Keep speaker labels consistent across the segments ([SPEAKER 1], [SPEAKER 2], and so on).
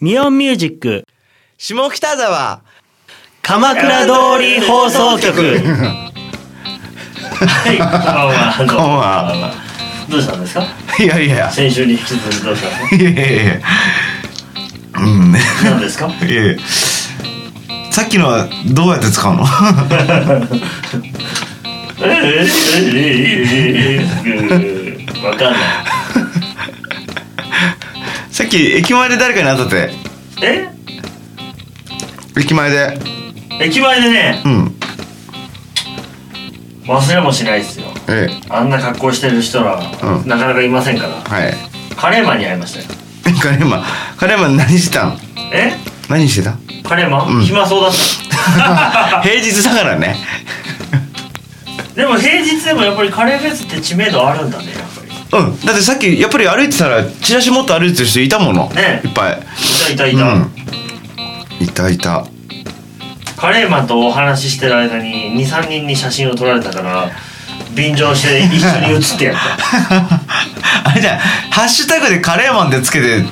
[SPEAKER 1] ミオンミュージック、
[SPEAKER 2] 下北沢
[SPEAKER 1] 鎌倉通り放送局。
[SPEAKER 3] はい、こんばんは。こん
[SPEAKER 4] ばんは
[SPEAKER 3] どうしたんですか。
[SPEAKER 4] いやいや
[SPEAKER 3] 先週に引き続きどうしたんです
[SPEAKER 4] いやいやいやうん
[SPEAKER 3] か。何ですか。
[SPEAKER 4] いやいや さっきのはどうやって使うの
[SPEAKER 3] え ーえーえーえーわかんない。
[SPEAKER 4] さっき駅前で誰かに会ったって
[SPEAKER 3] え、
[SPEAKER 4] 駅前で
[SPEAKER 3] 駅前でね、
[SPEAKER 4] うん
[SPEAKER 3] 忘れもしないですよ。
[SPEAKER 4] え
[SPEAKER 3] あんな格好してる人ら、
[SPEAKER 4] うん
[SPEAKER 3] なかなかいませんから
[SPEAKER 4] え。はい
[SPEAKER 3] カレーマンに会いましたよ。
[SPEAKER 4] カレーマンカレーマン何してたの
[SPEAKER 3] え、
[SPEAKER 4] 何してた
[SPEAKER 3] カレーマン、
[SPEAKER 4] うん
[SPEAKER 3] 暇そうだった。
[SPEAKER 4] 平日だからね
[SPEAKER 3] でも平日でもやっぱりカレーフェスって知名度あるんだね。やっぱり
[SPEAKER 4] うんだってさっきやっぱり歩いてたらチラシ持って歩いてる人いたもの、
[SPEAKER 3] ねえ
[SPEAKER 4] いっぱい
[SPEAKER 3] いたいたいた。
[SPEAKER 4] うんいたいた
[SPEAKER 3] カレーマンとお話ししてる間に23人に写真を撮られたから便乗して一緒に写ってやった
[SPEAKER 4] あれじゃんハッシュタグでカレーマンでつけて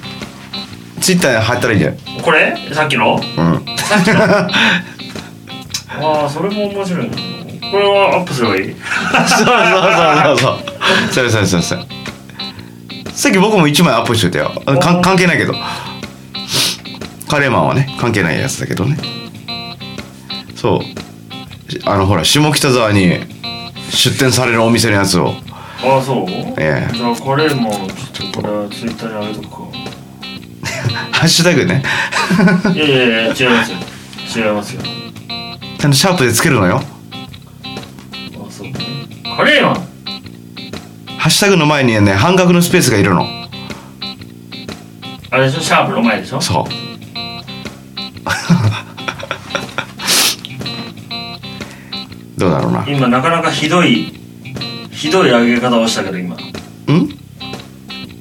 [SPEAKER 4] ツイッターに貼ったらいいんじゃない
[SPEAKER 3] これさっきの
[SPEAKER 4] うん
[SPEAKER 3] さっきのああそれも面白いなこれはアップすればいい
[SPEAKER 4] そうそうそうそうそうそうそうそうさっき僕も1枚アップしてたよあのかん関係ないけどカレーマンはね関係ないやつだけどねそうしあのほら下北沢に出店されるお店のやつを
[SPEAKER 3] ああそう
[SPEAKER 4] ええ
[SPEAKER 3] じゃあカレーマンちょっとこれはツイッターに上げとく
[SPEAKER 4] ハッシュタグね
[SPEAKER 3] か いやいやいや違いますよ違いますよ
[SPEAKER 4] あのシャープでつけるのよ
[SPEAKER 3] ああそうカレーマン
[SPEAKER 4] ハッシュタグの前にね半額のスペースがいるの
[SPEAKER 3] あれでしょシャープの前でしょ
[SPEAKER 4] そう どうだろうな
[SPEAKER 3] 今なかなかひどいひどい上げ方をしたけど今
[SPEAKER 4] ん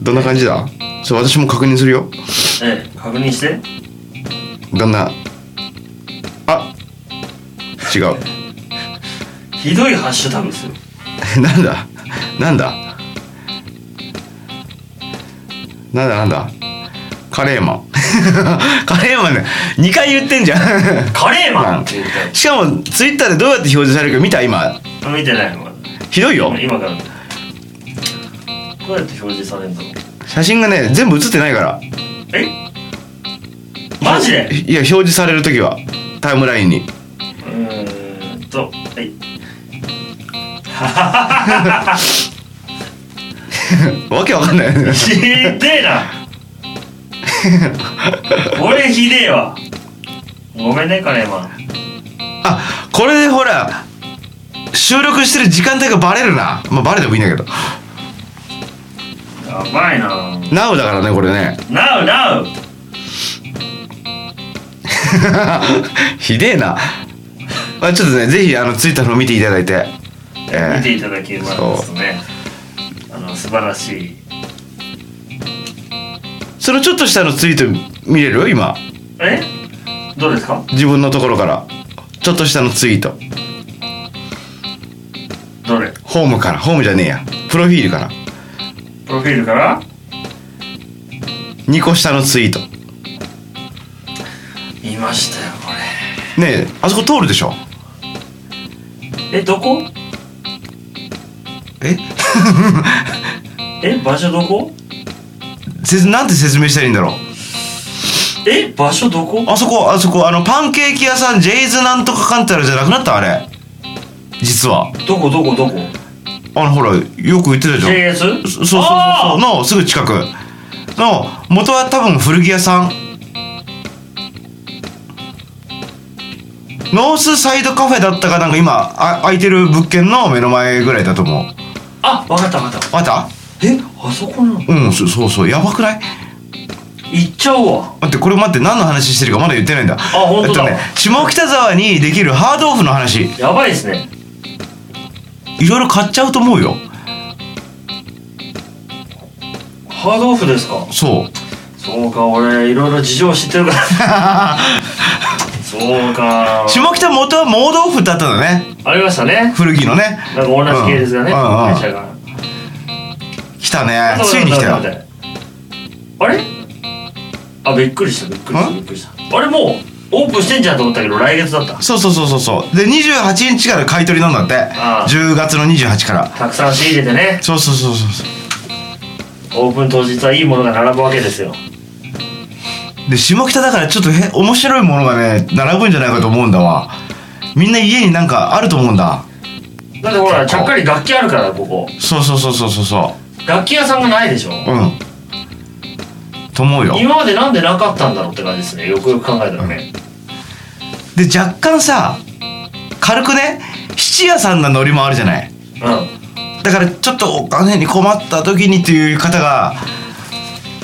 [SPEAKER 4] どんな感じだそう私も確認するよ
[SPEAKER 3] ええ確認して
[SPEAKER 4] どんなあ違う
[SPEAKER 3] ひどいハッシュタグですよ
[SPEAKER 4] なんだなんだなんだなんだカレーマン カレーマンね2回言ってんじゃん
[SPEAKER 3] カレーマンって言っ
[SPEAKER 4] しかもツイッターでどうやって表示されるか見た今
[SPEAKER 3] たよ見てないのま
[SPEAKER 4] ひどいよ
[SPEAKER 3] だ今から見たどうやって表示されるんだろう
[SPEAKER 4] 写真がね全部写ってないから
[SPEAKER 3] えマジで
[SPEAKER 4] いや表示される時はタイムラインに
[SPEAKER 3] うーんとはい
[SPEAKER 4] わけわかんないよ ね
[SPEAKER 3] ひでえな俺ひでえわごめんねカレーマン
[SPEAKER 4] あこれでほら収録してる時間帯がバレるなまあバレてもいいんだけど
[SPEAKER 3] やばいな
[SPEAKER 4] Now だからねこれね
[SPEAKER 3] Now now
[SPEAKER 4] ひでえな、まあ、ちょっとねぜひあのツイッターの方見ていただいて
[SPEAKER 3] 見
[SPEAKER 4] え
[SPEAKER 3] ていただけますとねあの素晴らしい
[SPEAKER 4] ーそのちょっとしたのツイート見れる今
[SPEAKER 3] えどうですか
[SPEAKER 4] 自分のところからちょっとしたのツイート
[SPEAKER 3] どれ
[SPEAKER 4] ホームからホームじゃねえやプロフィールから
[SPEAKER 3] プロフィールから
[SPEAKER 4] 2個下のツイート
[SPEAKER 3] 見ましたよこれ
[SPEAKER 4] ねえあそこ通るでしょ
[SPEAKER 3] えどこ
[SPEAKER 4] え
[SPEAKER 3] え場所どこ
[SPEAKER 4] せなんて説明したらいいんだろう
[SPEAKER 3] え場所どこ
[SPEAKER 4] あそこあそこあのパンケーキ屋さんジェイズなんとかカンタラじゃなくなったあれ実は
[SPEAKER 3] どこどこどこ
[SPEAKER 4] あのほらよく言ってたじゃん
[SPEAKER 3] JS?
[SPEAKER 4] そそうそう
[SPEAKER 3] あ
[SPEAKER 4] そう
[SPEAKER 3] ー
[SPEAKER 4] のすぐ近くの元は多分古着屋さんノースサイドカフェだったかなんか今あ空いてる物件の目の前ぐらいだと思う
[SPEAKER 3] あわかったわかった
[SPEAKER 4] また
[SPEAKER 3] えあそこなの
[SPEAKER 4] うんそそうそうやばくない
[SPEAKER 3] 行っちゃうわ
[SPEAKER 4] 待ってこれ待って何の話してるかまだ言ってないんだあ
[SPEAKER 3] 本当だ
[SPEAKER 4] えっとね、下北沢にできるハードオフの話
[SPEAKER 3] やばいですね
[SPEAKER 4] いろいろ買っちゃうと思うよ
[SPEAKER 3] ハードオフですか
[SPEAKER 4] そう
[SPEAKER 3] そうか俺いろいろ事情知ってるからそうか
[SPEAKER 4] 下北元は盲豆腐だったのね
[SPEAKER 3] ありましたね
[SPEAKER 4] 古着のね
[SPEAKER 3] なんか同じ系ですがね、
[SPEAKER 4] うんうんうん
[SPEAKER 3] 会社が
[SPEAKER 4] 来たねついに来たよ
[SPEAKER 3] あれああびっくりしたびっくりした
[SPEAKER 4] ん
[SPEAKER 3] びっくりしたあれもうオープンしてんじゃんと思ったけど来月だった
[SPEAKER 4] そうそうそうそうそうで28日から買い取りなんだって
[SPEAKER 3] ああ
[SPEAKER 4] 10月の28から
[SPEAKER 3] たくさん仕入れてね
[SPEAKER 4] そうそうそうそうそう
[SPEAKER 3] オープン当日はいいものが並ぶわけですよ
[SPEAKER 4] で下北だからちょっとへ面白いものがね並ぶんじゃないかと思うんだわみんな家になんかあると思うんだ
[SPEAKER 3] だってほらちゃっかり楽器あるからここ
[SPEAKER 4] そうそうそうそうそうそ
[SPEAKER 3] 楽器屋さんがないでしょ
[SPEAKER 4] ううんと思うよ
[SPEAKER 3] 今までなんでなかったんだろうって感じですねよくよく考えたらね
[SPEAKER 4] で若干さ軽くね質屋さんなノリもあるじゃない
[SPEAKER 3] うん
[SPEAKER 4] だからちょっとお金に困った時にっていう方が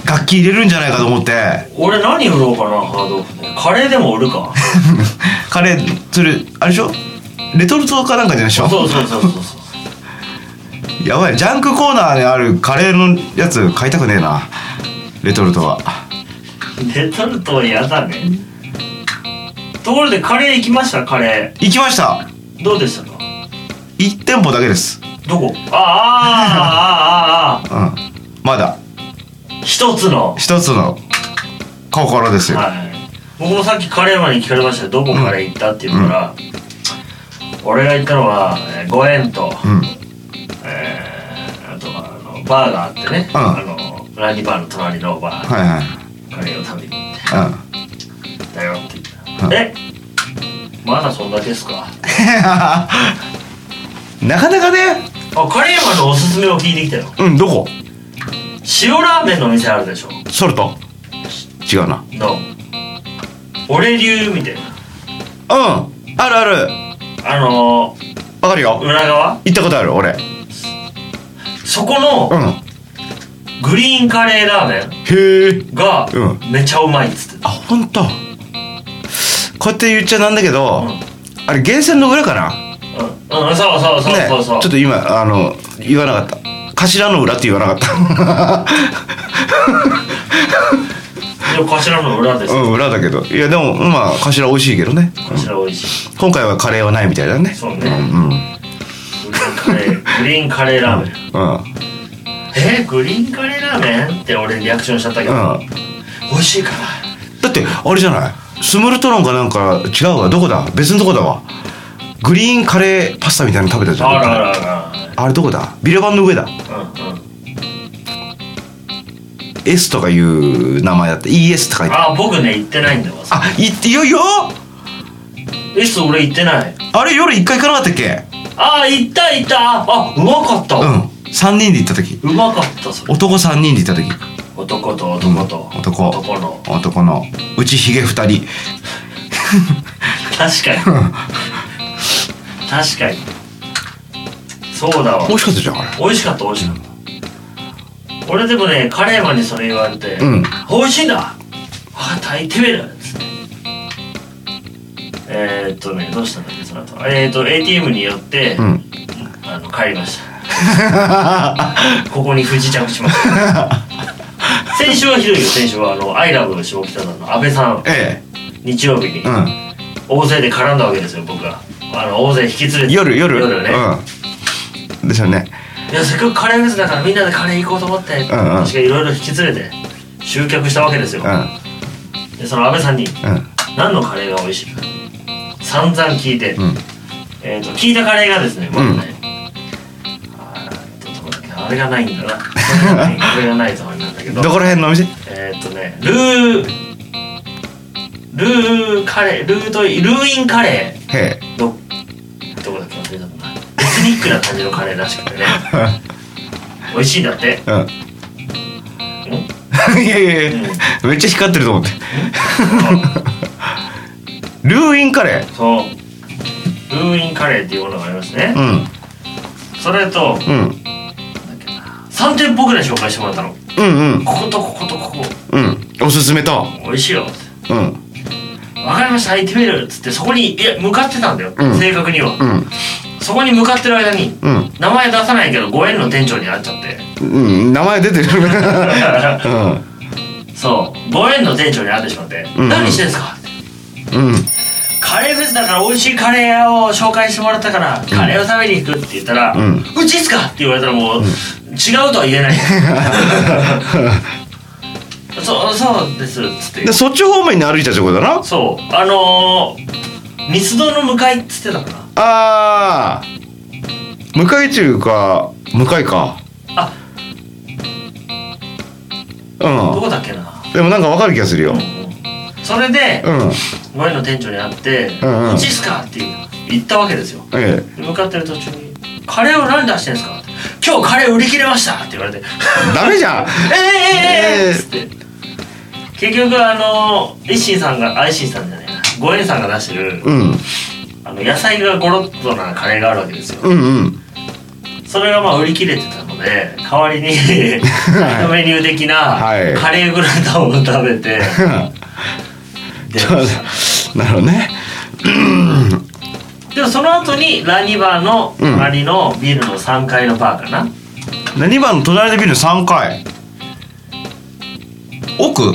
[SPEAKER 4] 楽器入れるんじゃないかと思って
[SPEAKER 3] 俺何売ろうかなハードオフでカレーでも売るか
[SPEAKER 4] カレーそれあれでしょレトルトかなんかじゃないでし
[SPEAKER 3] そ
[SPEAKER 4] ょ
[SPEAKER 3] うそうそうそうそう
[SPEAKER 4] やばいジャンクコーナーにあるカレーのやつ買いたくねえなレトルトは
[SPEAKER 3] レトルトは嫌だねところでカレー行きましたカレ
[SPEAKER 4] 行きました
[SPEAKER 3] ーどうでしたか
[SPEAKER 4] 1店舗だけです
[SPEAKER 3] どこあーあーあーあーあ
[SPEAKER 4] うんまだ
[SPEAKER 3] あ一つの
[SPEAKER 4] 一つの心ですよ、
[SPEAKER 3] はい僕もさっきカレーまで聞かれましたよどこカレー行ったって言うから、俺が行ったのは、えー、ご縁と、
[SPEAKER 4] うん
[SPEAKER 3] えーあとはあのバーがあってね、
[SPEAKER 4] うん
[SPEAKER 3] あのラニバーの隣のバー、
[SPEAKER 4] はいはい
[SPEAKER 3] カレーを食べに行っ
[SPEAKER 4] うん
[SPEAKER 3] たよって言ったら、えまだそんだけですか
[SPEAKER 4] なかなかね
[SPEAKER 3] あカレーマンのおすすめを聞いてきたよ
[SPEAKER 4] うんどこ
[SPEAKER 3] 塩ラーメンの店あるでしょ
[SPEAKER 4] ソルト違うな
[SPEAKER 3] どう俺流みたいな
[SPEAKER 4] うんあるある
[SPEAKER 3] あのー
[SPEAKER 4] わかるよ
[SPEAKER 3] 裏側
[SPEAKER 4] 行ったことある俺
[SPEAKER 3] そこの
[SPEAKER 4] ん
[SPEAKER 3] グリーンカレーラーメ
[SPEAKER 4] へえ
[SPEAKER 3] ンが
[SPEAKER 4] う
[SPEAKER 3] めちゃうまいっつってた
[SPEAKER 4] あ本当。こうやって言っちゃなんだけど、
[SPEAKER 3] うん
[SPEAKER 4] あれ源泉の裏かな
[SPEAKER 3] うん、うん、そうそうそうそうそう、
[SPEAKER 4] ねちょっと今あの言わなかった頭の裏って言わ なかっ
[SPEAKER 3] でも頭の裏です
[SPEAKER 4] たうん裏だけどいやでもまあ頭美味しいけどね
[SPEAKER 3] 頭美味しい
[SPEAKER 4] 今回はカレーはないみたいだね
[SPEAKER 3] そうね
[SPEAKER 4] うんうん
[SPEAKER 3] グリーンカレーグリーンカレーラーメン
[SPEAKER 4] うん
[SPEAKER 3] えグリーンカレーラーメンって俺リアクションしちゃったけど、
[SPEAKER 4] うん
[SPEAKER 3] 美味しいか
[SPEAKER 4] だってあれじゃないスムルトロンかなんか違うわどこだ別のとこだわグリーンカレーパスタみたいなの食べたじ
[SPEAKER 3] ら
[SPEAKER 4] ゃん
[SPEAKER 3] あらあらあ
[SPEAKER 4] あれどこだビレバンの上だ
[SPEAKER 3] らうんうん
[SPEAKER 4] S とかいう名前だった ES って書いてある
[SPEAKER 3] あ僕ね行ってないんだわ
[SPEAKER 4] あいってよいよ
[SPEAKER 3] えそう俺行ってない
[SPEAKER 4] あれ夜一回行かなかったっけ
[SPEAKER 3] あ行った行ったあうまかった
[SPEAKER 4] う
[SPEAKER 3] わ、
[SPEAKER 4] ん3人で行った時
[SPEAKER 3] うまかったそれ
[SPEAKER 4] 男3人で行った時
[SPEAKER 3] 男と男と、
[SPEAKER 4] 男
[SPEAKER 3] 男の
[SPEAKER 4] 男のうちひげ2人
[SPEAKER 3] 確かに確かにそうだわ
[SPEAKER 4] 美味しかったじゃんあれ
[SPEAKER 3] 美味しかった美味しかった俺でもねカレーマンにそれ言われて「
[SPEAKER 4] うん
[SPEAKER 3] 美味しいんだあ炊いてみる」っつってえー、っとねどうしたんだっけその後えー、っと ATM に寄って、
[SPEAKER 4] うん
[SPEAKER 3] あの帰りました ここに不時着しました 先週はひどいよ先週はあの「アイラブ下北沢の安倍さん
[SPEAKER 4] え
[SPEAKER 3] 日曜日に
[SPEAKER 4] えうん
[SPEAKER 3] 大勢で絡んだわけですよ僕はあの大勢引き連れて
[SPEAKER 4] 夜夜
[SPEAKER 3] 夜ね、
[SPEAKER 4] うんですよね
[SPEAKER 3] いやせっかくカレーフェスだからみんなでカレー行こうと思って、
[SPEAKER 4] ん
[SPEAKER 3] 確かいろいろ引き連れて集客したわけですよ、
[SPEAKER 4] う
[SPEAKER 3] でその安倍さんに
[SPEAKER 4] んうん
[SPEAKER 3] 何のカレーが美味しいか散々聞いて、
[SPEAKER 4] ん
[SPEAKER 3] えー、と聞いたカレーがですねまずね、あーえっとどこだっけなあれがないんだなこれがないこれがないとあれなんだけど
[SPEAKER 4] どこら辺のお店
[SPEAKER 3] えーっ、とねルールーカレールーとルーインカレー
[SPEAKER 4] へえ
[SPEAKER 3] どどこだっけ忘れたんだエスニックな感じのカレーらしくてね美味しいんだって
[SPEAKER 4] うん いやいやいやめっちゃ光ってると思って ルーインカレ
[SPEAKER 3] そうルーインカレーっていうものがありますね
[SPEAKER 4] ー、うん
[SPEAKER 3] それと
[SPEAKER 4] うん
[SPEAKER 3] 3店舗ぐらい紹介してもらったの
[SPEAKER 4] うんうん
[SPEAKER 3] こことこことここ
[SPEAKER 4] うんおすすめと
[SPEAKER 3] 美味しいよ
[SPEAKER 4] うん
[SPEAKER 3] わかりました行ってみるっつってそこにいや向かってたんだよ、
[SPEAKER 4] うん
[SPEAKER 3] 正確には、
[SPEAKER 4] うん
[SPEAKER 3] そこに向かってる間に
[SPEAKER 4] うん
[SPEAKER 3] 名前出さないけどご縁の店長に会っちゃ って
[SPEAKER 4] うん名前出てるう
[SPEAKER 3] そうご縁の店長に会ってしまって「
[SPEAKER 4] んうん
[SPEAKER 3] 何してんすか?」
[SPEAKER 4] んうん
[SPEAKER 3] カレーフェスだから美味しいカレー屋を紹介してもらったからカレーを食べに行くって言ったら「うんちっ すか?」って言われたらもう、違うとは言えないちそうそうですっつって
[SPEAKER 4] でそっち方面に歩いたってことだな
[SPEAKER 3] そうあのー、ミスドの向かいっつってたかな
[SPEAKER 4] あー向かい中か向かいか
[SPEAKER 3] あど
[SPEAKER 4] う
[SPEAKER 3] こだっけな、
[SPEAKER 4] んでもなんかわかる気がするよ、
[SPEAKER 3] それで
[SPEAKER 4] う、ん、
[SPEAKER 3] 前の店長に会って「
[SPEAKER 4] うんうん
[SPEAKER 3] うちっすか?」って言ったわけですよ
[SPEAKER 4] ええ、
[SPEAKER 3] で向かってる途中に「カレーを何出してんですか?」って「今日カレー売り切れました」って言われて「
[SPEAKER 4] ダメじゃん
[SPEAKER 3] ええええええ
[SPEAKER 4] ええ
[SPEAKER 3] っつって結局あの一心さんがあ一心さんじゃないなご縁さんが出してる
[SPEAKER 4] うん
[SPEAKER 3] あの野菜がゴロッとなカレーがあるわけですよ
[SPEAKER 4] うんうん
[SPEAKER 3] それがまあ売り切れてたので代わりにサイドメニュー的な
[SPEAKER 4] はい
[SPEAKER 3] カレーグラタンを食べてで
[SPEAKER 4] ちょなるほどね
[SPEAKER 3] でもその後にラニバーの
[SPEAKER 4] うん
[SPEAKER 3] 隣のビルの3階のバーかな、
[SPEAKER 4] 2番の隣でビル3階奥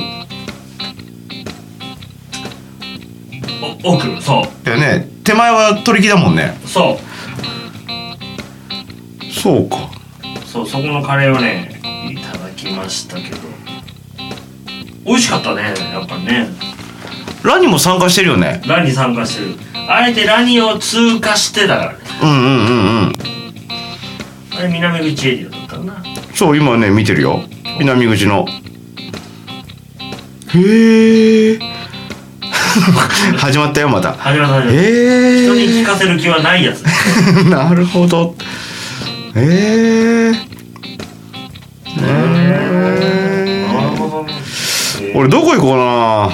[SPEAKER 3] お奥そ
[SPEAKER 4] だよね手前は取り木だもんね
[SPEAKER 3] うそう
[SPEAKER 4] そうか
[SPEAKER 3] そうそこのカレーをねいただきましたけど美味しかったねやっぱね
[SPEAKER 4] ラニも参加してるよね
[SPEAKER 3] ラニ参加してるあえてラニを通過してだからね
[SPEAKER 4] うんうんうんうん
[SPEAKER 3] あれ南口エリアだったかな
[SPEAKER 4] そう今ね見てるよ南口のへえ 始まったよまた
[SPEAKER 3] 始まった始まった
[SPEAKER 4] へえ
[SPEAKER 3] 人に聞かせる気はないやつ
[SPEAKER 4] なるほどへえ
[SPEAKER 3] なるほどね
[SPEAKER 4] 俺どこ行こうかな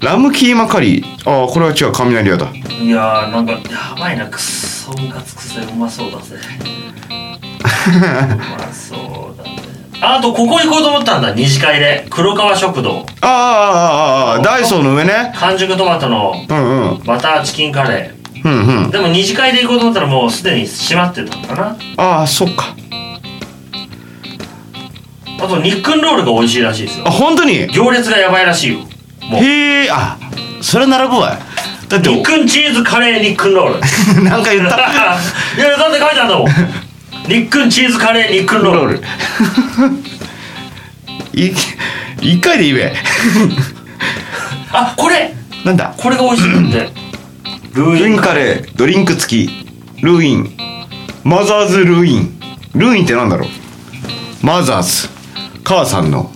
[SPEAKER 4] ラムキーマカリーああこれは違う雷屋だ
[SPEAKER 3] いやーなんかやばいなくっそムカつくせうまそうだぜうまそうだねあとここ行こうと思ったんだ二次会で黒川食堂
[SPEAKER 4] ああああああダイソーの上ね
[SPEAKER 3] 完熟トマトの
[SPEAKER 4] うんうん
[SPEAKER 3] バターチキンカレ
[SPEAKER 4] うんうん
[SPEAKER 3] ーでも二次会で行こうと思ったらもうすでに閉まってたのかな
[SPEAKER 4] ああそっか
[SPEAKER 3] あと肉ンロールが美味しいらしいですよ
[SPEAKER 4] あ本当に
[SPEAKER 3] 行列がやばいらしいよもう
[SPEAKER 4] へえあそれは並ぶわだって
[SPEAKER 3] 肉チーズカレー肉ンロール
[SPEAKER 4] なんか言 っ
[SPEAKER 3] い
[SPEAKER 4] た
[SPEAKER 3] やだって書いてあるんだもん 肉チーズカレー肉ンロー
[SPEAKER 4] ロー
[SPEAKER 3] ル
[SPEAKER 4] ル い一回でいいべ
[SPEAKER 3] あこれ
[SPEAKER 4] なんだ
[SPEAKER 3] これが美味しいんでル
[SPEAKER 4] ルインカレードリンク付きルインマザーズルインルインってなんだろうマザーズ母さんの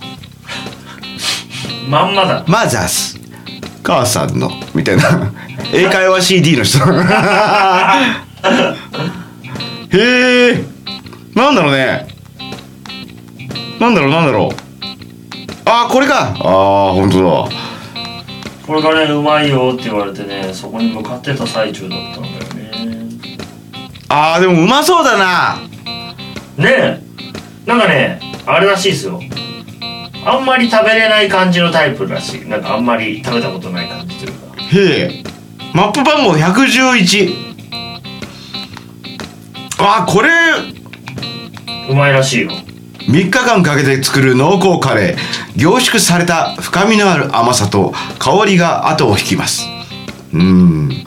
[SPEAKER 3] まんまだ
[SPEAKER 4] マザーズ母さんのみたい な英会話 CD の人へえなんだろうねなんだろうなんだろうあーこれかあー本当だ
[SPEAKER 3] これがねうまいよって言われてねそこに向かってた最中だったんだよね
[SPEAKER 4] あーでもうまそうだな
[SPEAKER 3] ねえなんかねあれらしいですよあんまり食べれない感じのタイプらしいなんかあんまり食べたことない感じというか
[SPEAKER 4] へえマップ番号111あこれ
[SPEAKER 3] うまいらしいよ
[SPEAKER 4] 3日間かけて作る濃厚カレー凝縮された深みのある甘さと香りが後を引きますうーん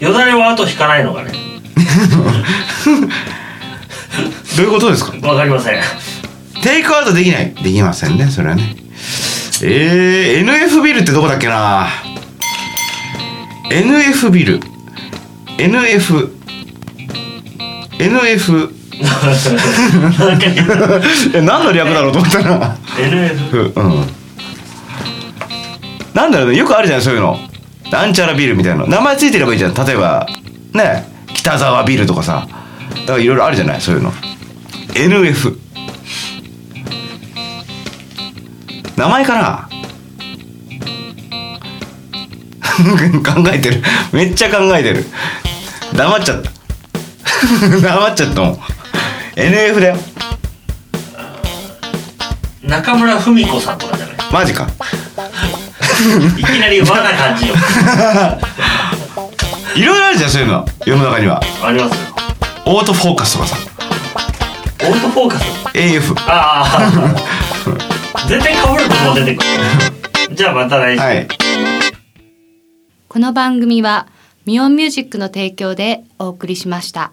[SPEAKER 3] よだれは後引かないのがね
[SPEAKER 4] どういうことですか
[SPEAKER 3] わかりません
[SPEAKER 4] テイクアウトできないできませんねそれはねえー、NF ビルってどこだっけな NF ビル NF NF
[SPEAKER 3] なんか言うな
[SPEAKER 4] え何の略だろうと思ったら
[SPEAKER 3] NF
[SPEAKER 4] うんなんだろうねよくあるじゃんそういうのなんちゃらビールみたいなの名前ついてればいいじゃん例えばね北沢ビールとかさだからいろいろあるじゃないそういうの NF 名前かな 考えてるめっちゃ考えてる黙っちゃった 黙っちゃったもん NF だよ
[SPEAKER 3] 中村文子さんとかじゃない
[SPEAKER 4] マジか
[SPEAKER 3] いきなり和な感じよ
[SPEAKER 4] いろいろあるじゃんそういうの世の中には
[SPEAKER 3] ありますよ
[SPEAKER 4] オートフォーカスとかさ
[SPEAKER 3] オートフォーカス
[SPEAKER 4] AF
[SPEAKER 3] ああ絶対かぶるともう出てくるじゃあまた来週、
[SPEAKER 4] はい
[SPEAKER 5] この番組はミオンミュージックの提供でお送りしました。